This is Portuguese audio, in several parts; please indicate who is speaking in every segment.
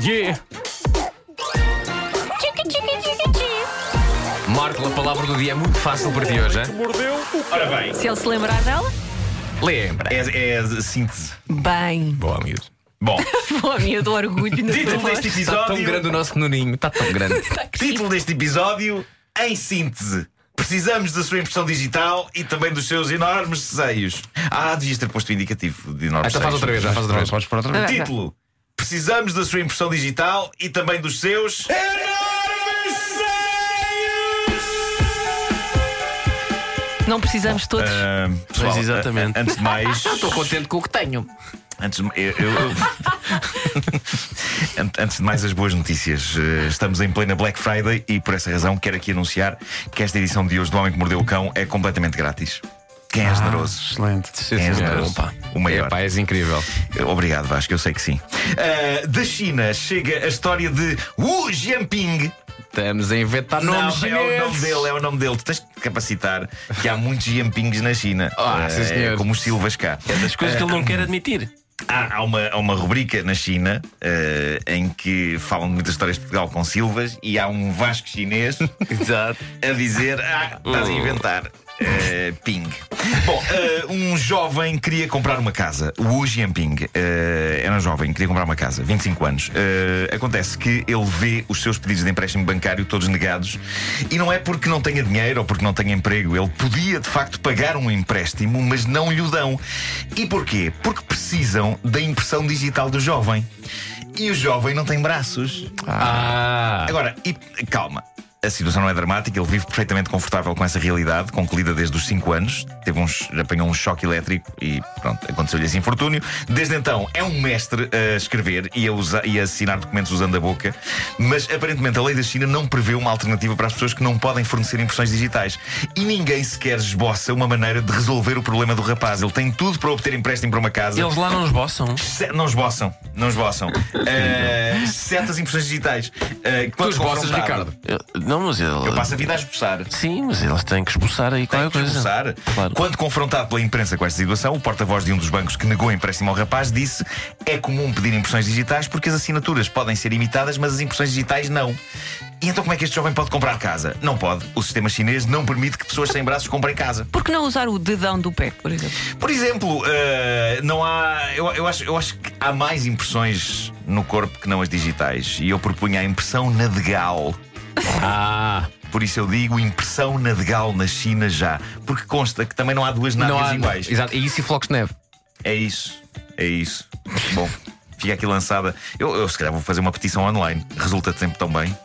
Speaker 1: Yeah!
Speaker 2: Marco, a palavra do dia é muito fácil para ti hoje, hein?
Speaker 1: Mordeu o
Speaker 3: Ora bem,
Speaker 4: Se ele se lembrar dela,
Speaker 2: Lembra.
Speaker 3: é, é síntese.
Speaker 4: bem.
Speaker 2: Boa, amigos.
Speaker 3: Bom,
Speaker 4: Boa minha do orgulho na
Speaker 3: título
Speaker 4: tua
Speaker 3: deste
Speaker 4: voz.
Speaker 2: Está Tá tão
Speaker 3: episódio.
Speaker 2: grande o nosso Nuninho, está tão grande.
Speaker 3: Título deste episódio, em síntese. Precisamos da sua impressão digital e também dos seus enormes seios. Ah, devias ter posto o indicativo de enormes
Speaker 2: Então
Speaker 3: seios.
Speaker 2: faz outra vez, já faz outra vez.
Speaker 5: Podes pôr outra vez.
Speaker 4: Vai, vai.
Speaker 3: Título: Precisamos da sua impressão digital e também dos seus. enormes seios.
Speaker 4: Não precisamos todos.
Speaker 3: Ah, pessoal,
Speaker 5: Pois, exatamente.
Speaker 3: a- a- Antes de mais.
Speaker 2: Estou contente com o que tenho.
Speaker 3: Antes, de- eu- eu- eu- Ant- Antes de mais, as boas notícias. Eh, Estamos em plena Black Friday e, por essa razão, quero aqui anunciar que esta edição de hoje do Homem que Mordeu o Cão é completamente grátis. Quem é generoso?
Speaker 5: Excelente.
Speaker 2: Sim,
Speaker 3: É,
Speaker 2: Ah, senhor.
Speaker 3: não, pá. O maior.
Speaker 2: É, pá, és incrível.
Speaker 3: Obrigado, Vasco, eu sei que sim. Eh, da China chega a história de Wu Jianping.
Speaker 2: Estamos a inventar nomes
Speaker 3: Não, é o nome
Speaker 2: chineses.
Speaker 3: dele, é o nome dele. Tu tens de capacitar que há muitos Jianpings na China.
Speaker 2: Ah,
Speaker 3: Eh,
Speaker 2: sim, senhor.
Speaker 3: como os Silvas cá.
Speaker 5: Das coisas que ele não quer admitir.
Speaker 3: Há, há uma, há uma rubrica na China eh, em que falam de muitas histórias de Portugal com Silvas e há um Vasco chinês
Speaker 5: Exato.
Speaker 3: a dizer: Ah, estás a inventar. eh, ping. Bom, eh, um jovem queria comprar uma casa. O Wu Jianping eh, era um jovem, queria comprar uma casa, 25 anos. Eh, acontece que ele vê os seus pedidos de empréstimo bancário todos negados e não é porque não tenha dinheiro ou porque não tenha emprego. Ele podia de facto pagar um empréstimo, mas não lhe o dão. E porquê? Porque precisam da impressão digital do jovem. E o jovem não tem braços.
Speaker 2: Ah,
Speaker 3: Agora, e, calma. A situação não é dramática, ele vive perfeitamente confortável com essa realidade, concluída desde os 5 anos. Teve uns, apanhou um choque elétrico e pronto, aconteceu-lhe esse infortúnio. Desde então é um mestre a escrever e a, usar, e a assinar documentos usando a boca, mas aparentemente a lei da China não prevê uma alternativa para as pessoas que não podem fornecer impressões digitais. E ninguém sequer esboça uma maneira de resolver o problema do rapaz. Ele tem tudo para obter empréstimo para uma casa.
Speaker 5: Eles lá não esboçam.
Speaker 3: Se- Não esboçam, não esboçam. Eh, certas impressões digitais. Eh,
Speaker 2: tu
Speaker 3: quando
Speaker 2: esboças,
Speaker 3: confrontado,
Speaker 2: Ricardo.
Speaker 5: Eu- Não, mas ele.
Speaker 3: Eu passo a vida a esboçar.
Speaker 5: Sim, mas eles têm que esboçar aí
Speaker 3: Tem
Speaker 5: qualquer
Speaker 3: que
Speaker 2: é.
Speaker 5: coisa.
Speaker 3: esboçar.
Speaker 5: Claro.
Speaker 3: Quando confrontado pela imprensa com esta situação, o porta-voz de um dos bancos que negou o empréstimo ao rapaz disse: é comum pedir impressões digitais porque as assinaturas podem ser imitadas, mas as impressões digitais não. E então, como é que este jovem pode comprar casa? Não pode. O sistema chinês não permite que pessoas sem braços comprem casa.
Speaker 4: Por que não usar o dedão do pé, por exemplo?
Speaker 3: Por exemplo, eh, não há. Eu, eu acho, eu acho que há mais impressões no corpo que não as digitais. E eu propunha a impressão nadegal.
Speaker 2: Ah,
Speaker 3: Por isso eu digo impressão nadegal na China já. Porque consta que também não há duas nádegas
Speaker 2: não há.
Speaker 3: iguais.
Speaker 2: Exato, e isso e flocos de neve.
Speaker 3: É isso. É isso. Bom, fica aqui lançada. Eu, eu se calhar vou fazer uma petição online. Resulta sempre tão bem.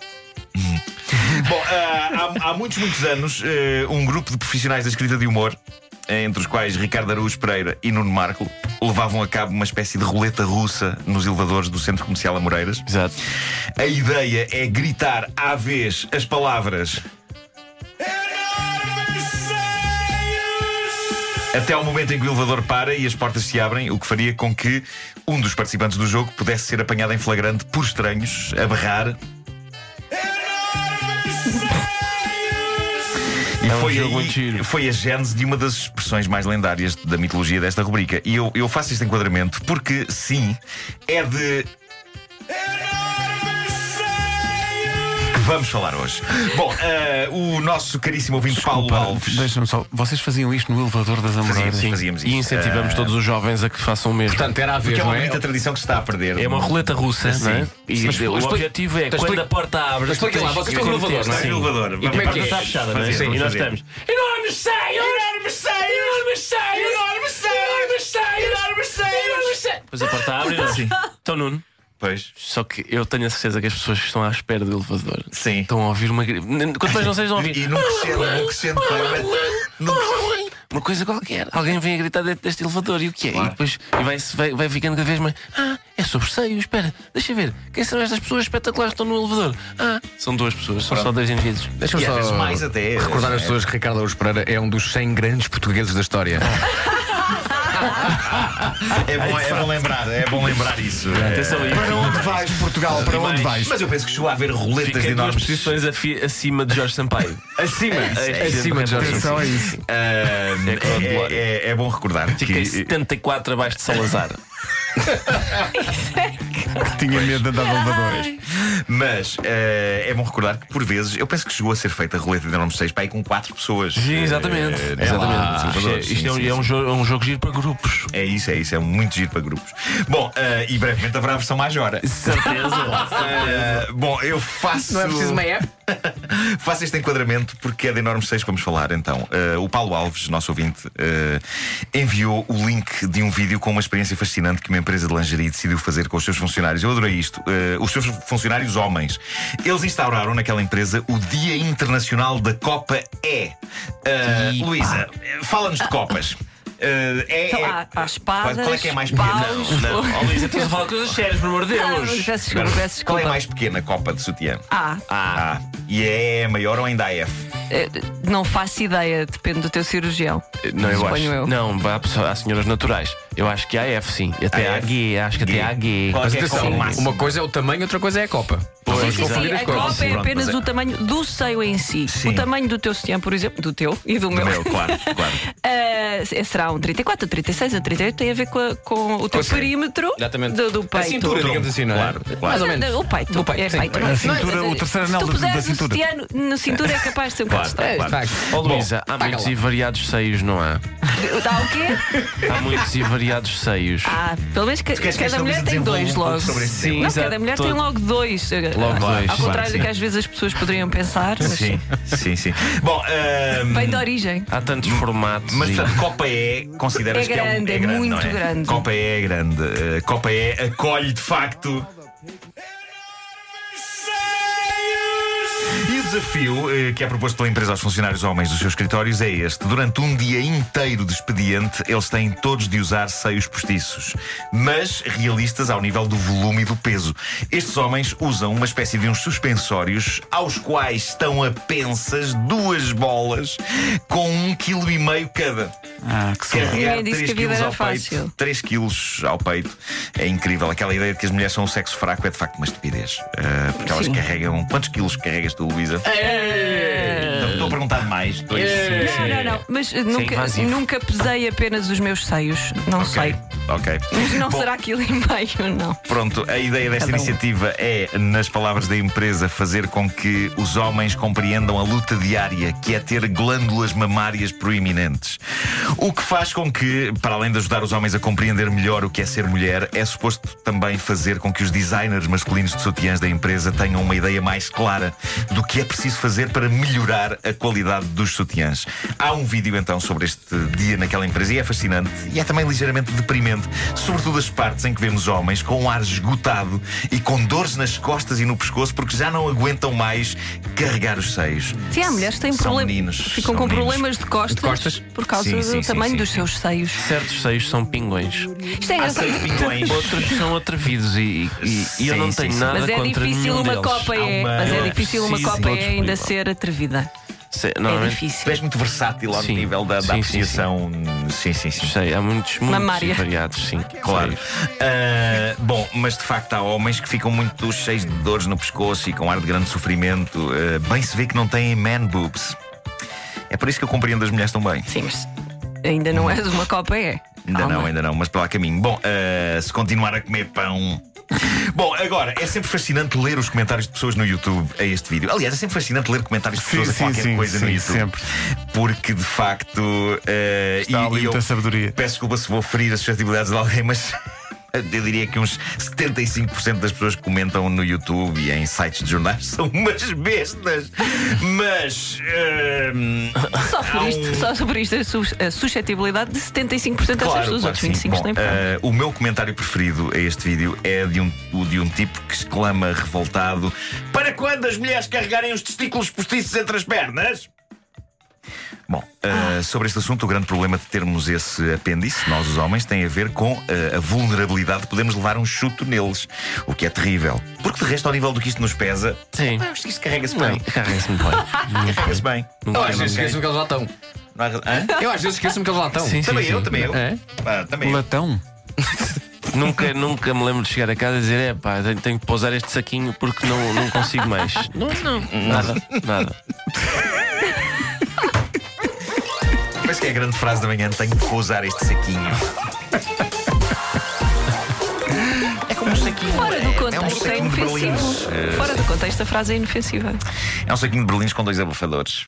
Speaker 3: Bom, ah, há, há muitos, muitos anos, eh, um grupo de profissionais da escrita de humor, eh, entre os quais Ricardo Araújo Pereira e Nuno Marco, levavam a cabo uma espécie de roleta russa nos elevadores do Centro Comercial Amoreiras.
Speaker 5: Exato.
Speaker 3: A ideia é gritar à vez as palavras. Até ao momento em que o elevador para e as portas se abrem, o que faria com que um dos participantes do jogo pudesse ser apanhado em flagrante por estranhos a berrar. E
Speaker 5: É um
Speaker 3: foi,
Speaker 5: jogo
Speaker 3: aí-
Speaker 5: muito giro.
Speaker 3: foi a gênese de uma das expressões mais lendárias da mitologia desta rubrica. E eu, eu faço este enquadramento porque, sim, é de que vamos falar hoje. Bom, eh, o nosso caríssimo ouvinte Paulo Alves.
Speaker 5: Deixa-me só. Vocês faziam isto no elevador das Amoreiras?
Speaker 3: Fazíamos, fazíamos
Speaker 5: E
Speaker 3: isso.
Speaker 5: incentivamos
Speaker 3: Ah.
Speaker 5: todos os jovens a que façam o mesmo.
Speaker 2: Portanto, era a vez,
Speaker 3: Porque é
Speaker 2: não
Speaker 3: uma
Speaker 2: é?
Speaker 3: bonita tradição que se está a perder.
Speaker 5: é uma roleta russa,
Speaker 3: Sim.
Speaker 5: não é?
Speaker 3: Sim,
Speaker 5: E
Speaker 3: mas
Speaker 5: o
Speaker 2: explica-
Speaker 5: objetivo é
Speaker 2: explica-
Speaker 5: quando a porta abre.
Speaker 2: Explica
Speaker 5: tu
Speaker 2: lá,
Speaker 5: tens
Speaker 2: vocês
Speaker 5: que
Speaker 2: estão no
Speaker 5: meter-
Speaker 2: elevador, não é?
Speaker 5: Sim.
Speaker 3: No elevador.
Speaker 5: E como é
Speaker 3: Vamos
Speaker 5: que é?
Speaker 3: fazer,
Speaker 5: não é?
Speaker 3: vamos
Speaker 5: Sim, e nós
Speaker 3: fazer.
Speaker 5: estamos. Enormes seios! Enormes seios! Enormes seios! Enormes seios! Enormes seios! Enormes seios! Enormes seios! Pois a porta abre, não? Sim. Então, Nuno.
Speaker 3: Pois.
Speaker 5: Só que eu tenho a certeza que as pessoas que estão à espera do elevador
Speaker 3: Sim.
Speaker 5: estão a ouvir uma. gri- Quanto mais não sejam a
Speaker 3: E
Speaker 5: ouvir.
Speaker 3: num crescendo, num crescendo, claramente. Num crescendo.
Speaker 5: Uma coisa qualquer. Alguém vem a gritar dentro deste elevador e o que é? E depois e vai, vai, vai ficando cada vez mais. Ah, é sobre seio, espera, deixa ver. Quem são estas pessoas espetaculares que estão no elevador? Ah, são duas pessoas, são só dois indivíduos.
Speaker 2: Deixa-me
Speaker 3: E às
Speaker 2: só
Speaker 3: vezes mais até,
Speaker 2: recordar
Speaker 3: é.
Speaker 2: as pessoas que Ricardo Araújo Pereira é um dos 100 grandes portugueses da história.
Speaker 3: É bom, é bom lembrar, é bom lembrar isso.
Speaker 5: Atenção aí.
Speaker 3: Para onde vais, Portugal? Para
Speaker 5: onde
Speaker 3: vais? Mas eu penso que chegou a haver roletas de
Speaker 5: Fiquei duas
Speaker 3: enormes.
Speaker 5: posições afi- acima de Jorge Sampaio.
Speaker 2: Acima, acima de Jorge.
Speaker 5: Atenção
Speaker 2: Sampaio.
Speaker 5: a
Speaker 3: isso. é, é- é bom recordar
Speaker 5: Fiquei
Speaker 3: que
Speaker 5: 74 abaixo de Salazar.
Speaker 1: Tinha medo de andar de elevador.
Speaker 4: Ai,
Speaker 3: Mas eh, é bom recordar que por vezes eu penso que chegou a ser feita a roleta de número 6 para aí com 4 pessoas.
Speaker 5: Sim,
Speaker 3: eh,
Speaker 5: exatamente.
Speaker 3: eh,
Speaker 5: exatamente.
Speaker 3: nos
Speaker 5: Isto é-
Speaker 3: elevadores.
Speaker 5: Isto
Speaker 3: Sim,
Speaker 5: é, um-
Speaker 3: sim,
Speaker 5: é um
Speaker 3: sim.
Speaker 5: jogo, é um jogo giro para grupos.
Speaker 3: É isso, é isso, é um muito giro para grupos. Bom, eh, e brevemente haverá a versão mais hora. Certeza. É, bom, eu faço.
Speaker 2: Não é preciso uma app?
Speaker 3: Faça este enquadramento porque é de enormes seis que vamos falar então. Eh, o Paulo Alves, nosso ouvinte, eh, enviou o link de um vídeo com uma experiência fascinante que uma empresa de lingerie decidiu fazer com os seus funcionários. Eu adorei isto. Eh, os seus funcionários homens. Eles instauraram naquela empresa o Dia Internacional da Copa E. Eh, Luísa, eh, fala-nos de copas. Eh, é,
Speaker 4: Então,
Speaker 3: é-
Speaker 4: há- há espadas,
Speaker 3: Qual é que é mais
Speaker 4: paus.
Speaker 3: pequena? Não, não.
Speaker 5: Oh, Luísa, estás a falar coisas sérias, pelo amor de
Speaker 4: Ah, mas
Speaker 5: Deus.
Speaker 4: peço desculpa, peço desculpa.
Speaker 3: É Qual é a mais pequena copa de sutiã?
Speaker 4: Ah,
Speaker 3: Ah, e é maior ou ainda a F?
Speaker 4: eh, não faço ideia, depende do teu cirurgião.
Speaker 3: Eh,
Speaker 5: Não, eu acho.
Speaker 4: Suponho eu.
Speaker 5: Não, há, pessoa- há senhoras naturais. Eu acho que há F, sim. Até
Speaker 3: Há
Speaker 5: há
Speaker 3: F?
Speaker 5: G, acho que
Speaker 3: G.
Speaker 5: até há G.
Speaker 3: Qual é
Speaker 2: Mas
Speaker 3: que é a
Speaker 2: atenção,
Speaker 3: copa máxima?
Speaker 2: uma coisa é o tamanho, outra coisa é a copa. Não
Speaker 5: Pois,
Speaker 2: vamos
Speaker 5: sim, sim,
Speaker 2: confundir as
Speaker 4: a
Speaker 2: coisas.
Speaker 4: copa é
Speaker 3: Pronto,
Speaker 4: apenas
Speaker 3: mas é-
Speaker 4: o tamanho do seio em si.
Speaker 3: Sim.
Speaker 4: O tamanho do teu sutiã, por exemplo, do teu e do meu.
Speaker 3: Meu, claro, claro.
Speaker 4: eh, será um 34, um 36, um 38, tem a ver com, a- com o teu
Speaker 2: Ou seja,
Speaker 4: perímetro
Speaker 2: Exatamente.
Speaker 4: do, do
Speaker 2: A
Speaker 4: peito.
Speaker 2: cintura, digamos assim, não é?
Speaker 3: Claro, claro.
Speaker 2: Mais ou
Speaker 4: Não,
Speaker 2: menos.
Speaker 4: não, O peito.
Speaker 2: Do peito,
Speaker 4: é
Speaker 2: sim.
Speaker 4: peito.
Speaker 2: A
Speaker 4: Não,
Speaker 1: cintura,
Speaker 4: não,
Speaker 1: o terceiro
Speaker 4: se
Speaker 1: anel
Speaker 4: tu
Speaker 1: da- da
Speaker 4: puseres no
Speaker 1: cintura.
Speaker 4: sutiã, no- no cintura é capaz de ser um bocado
Speaker 2: É,
Speaker 4: estranho.
Speaker 2: de facto.
Speaker 5: Oh, Luísa, há
Speaker 2: paga
Speaker 5: muitos
Speaker 2: lá.
Speaker 5: e variados seios, não há?
Speaker 4: Dá o quê?
Speaker 5: Há muitos e variados seios.
Speaker 4: Ah, pelo menos que,
Speaker 3: queres que
Speaker 4: cada
Speaker 3: esta
Speaker 4: mulher
Speaker 3: Luísa
Speaker 4: tem
Speaker 3: desenvolva
Speaker 4: dois
Speaker 3: um pouco
Speaker 4: logo.
Speaker 3: sobre este
Speaker 5: Sim,
Speaker 4: Não,
Speaker 5: exato.
Speaker 4: cada mulher
Speaker 5: Todo-
Speaker 4: tem logo dois.
Speaker 5: Logo dois,
Speaker 4: Ao contrário
Speaker 3: sim.
Speaker 4: do que às vezes as pessoas poderiam pensar, mas então-
Speaker 3: Sim, sim, sim. Bom, ahm,
Speaker 4: vem da origem.
Speaker 5: Há tantos formatos.
Speaker 3: mas
Speaker 5: e-
Speaker 3: portanto, Copa E consideras
Speaker 4: É
Speaker 3: que é, um,
Speaker 4: grande, é muito
Speaker 3: não é?
Speaker 4: grande.
Speaker 3: Copa E é grande. Eh, Copa E acolhe de facto. E o desafio eh, que é proposto pela empresa aos funcionários homens dos seus escritórios é este. Durante um dia inteiro de expediente, eles têm todos de usar seios postiços, mas realistas ao nível do volume e do peso. Estes homens usam uma espécie de uns suspensórios aos quais estão apensas duas bolas com um quilo e meio cada.
Speaker 1: Ah, que sorte.
Speaker 3: Carregar
Speaker 4: Ninguém disse
Speaker 3: 3
Speaker 4: que a vida
Speaker 3: quilos
Speaker 4: era
Speaker 3: ao peito.
Speaker 4: fácil.
Speaker 3: 3 quilos ao peito. É incrível. Aquela ideia de que as mulheres são um sexo fraco é de facto uma estupidez. Ah, porque elas
Speaker 4: Sim.
Speaker 3: carregam. Quantos quilos carregas tu, Luísa? Não Estou a perguntar mais. Dois.
Speaker 4: Não, não, não. Mas eh, nunca,
Speaker 5: invasivo.
Speaker 4: nunca pesei apenas os meus seios. Não sei.
Speaker 3: Ok.
Speaker 4: Mas não
Speaker 3: Bom,
Speaker 4: será aquilo em meio, não.
Speaker 3: Pronto, a ideia desta
Speaker 4: Cada um.
Speaker 3: iniciativa é, nas palavras da empresa, fazer com que os homens compreendam a luta diária que é ter glândulas mamárias proeminentes. O que faz com que, para além de ajudar os homens a compreender melhor o que é ser mulher, é suposto também fazer com que os designers masculinos de sutiãs da empresa tenham uma ideia mais clara do que é preciso fazer para melhorar a qualidade dos sutiãs. Há um vídeo então sobre este dia naquela empresa e é fascinante e é também ligeiramente deprimente, sobretudo as partes em que vemos homens com um ar esgotado e com dores nas costas e no pescoço porque já não aguentam mais carregar os seios.
Speaker 4: Sim, há mulheres que têm
Speaker 3: São
Speaker 4: problemas.
Speaker 3: meninos,
Speaker 4: Ficam
Speaker 3: são
Speaker 4: com
Speaker 3: meninos.
Speaker 4: problemas de costas,
Speaker 2: costas?
Speaker 4: por causa
Speaker 3: Sim,
Speaker 4: do
Speaker 3: sim, sim,
Speaker 4: tamanho
Speaker 3: sim, Ah,
Speaker 4: dos
Speaker 3: sim.
Speaker 4: seus seios.
Speaker 5: Certos seios são pinguões.
Speaker 4: Isto é engraçado.
Speaker 3: Pinguões.
Speaker 5: Outros são atrevidos e, e- e eu
Speaker 3: Sim,
Speaker 5: não
Speaker 3: sim,
Speaker 5: tenho
Speaker 3: sim.
Speaker 5: nada
Speaker 4: Mas é
Speaker 5: contra
Speaker 4: difícil
Speaker 5: nenhum
Speaker 4: uma
Speaker 5: deles.
Speaker 4: Copa é.
Speaker 3: uma-
Speaker 4: Mas
Speaker 3: Eu
Speaker 4: é
Speaker 3: acho
Speaker 4: difícil uma
Speaker 5: que
Speaker 4: Copa
Speaker 5: sim,
Speaker 4: é
Speaker 5: todos
Speaker 4: ainda
Speaker 5: ligam.
Speaker 4: ser atrevida.
Speaker 5: Se-
Speaker 4: É
Speaker 5: normalmente
Speaker 3: Tu
Speaker 4: difícil.
Speaker 3: és muito versátil ao
Speaker 5: Sim.
Speaker 3: nível da, da
Speaker 5: Sim, sim,
Speaker 3: apreciação. Sim, sim, sim.
Speaker 5: sei, há muitos, muitos
Speaker 4: Mamária.
Speaker 5: e variados, sim.
Speaker 3: Claro.
Speaker 5: Seios.
Speaker 3: Ah, bom, mas de facto há homens que ficam muito cheios de dores no pescoço e com ar de grande sofrimento. Ah, bem se vê que não têm man boobs. É por isso que eu compreendo as mulheres tão bem.
Speaker 4: Sim, mas ainda não és uma Copa é.
Speaker 3: Ainda
Speaker 1: Ah,
Speaker 4: Calma.
Speaker 3: não, ainda não, mas para lá caminho. Bom, ah, se continuar a comer pão. Bom, agora, é sempre fascinante ler os comentários de pessoas no YouTube a este vídeo. Aliás, é sempre fascinante ler comentários de
Speaker 1: Sim,
Speaker 3: pessoas a
Speaker 1: sim,
Speaker 3: qualquer
Speaker 1: sim,
Speaker 3: coisa no
Speaker 1: sim,
Speaker 3: YouTube.
Speaker 1: sempre.
Speaker 3: Porque de facto. ah,
Speaker 1: Está ali muita sabedoria.
Speaker 3: Peço desculpa se vou ferir as suscetibilidades de alguém, mas eu diria que uns 75% das pessoas que comentam no YouTube e em sites de jornais são umas bestas. Mas. ehm,
Speaker 4: Só por
Speaker 3: há
Speaker 4: isto,
Speaker 3: um-
Speaker 4: só por isto a, sus- a suscetibilidade de 75%
Speaker 3: Claro,
Speaker 4: das pessoas, Então os
Speaker 3: claro
Speaker 4: outros
Speaker 3: que sim.
Speaker 4: 25%
Speaker 3: Bom,
Speaker 4: nem pronto.
Speaker 3: eh, O meu comentário preferido a este vídeo é de um, o de um tipo que exclama revoltado: Para quando as mulheres carregarem os testículos postiços entre as pernas? Bom,
Speaker 4: Ah.
Speaker 3: eh, sobre este assunto, o grande problema de termos esse apêndice, nós os homens, tem a ver com eh, a vulnerabilidade de podermos levar um chuto neles, o que é terrível. Porque de resto, ao nível do que isto nos pesa,
Speaker 5: Sim.
Speaker 3: ah, isto isto carrega-se
Speaker 5: Não, Ah,
Speaker 3: bem.
Speaker 5: carrega-se muito bem.
Speaker 3: Carrega-se bem.
Speaker 2: Eu
Speaker 5: Nunca
Speaker 2: às vezes
Speaker 5: ninguém-
Speaker 2: esqueço-me que eles lá estão.
Speaker 3: Não há razão- Hã?
Speaker 2: Eu às vezes esqueço-me que eles lá estão.
Speaker 5: Sim, sim,
Speaker 3: Também
Speaker 5: sim.
Speaker 3: eu, também eu.
Speaker 2: É?
Speaker 3: Ah, também eu.
Speaker 1: Latão?
Speaker 5: Nunca, nunca me lembro de chegar a casa e dizer: é pá, tenho, tenho que pousar este saquinho porque não, não consigo mais. Não,
Speaker 3: eh,
Speaker 5: não.
Speaker 3: é
Speaker 5: Nada, nada.
Speaker 3: Mas que é a grande frase da manhã, tenho que pousar este saquinho. É como um eh, saquinho.
Speaker 4: Fora
Speaker 3: é-
Speaker 4: do
Speaker 3: Berlim.
Speaker 4: inofensivo. Fora do contexto, a frase é inofensiva.
Speaker 3: É um saquinho de Berlins com dois abafadores.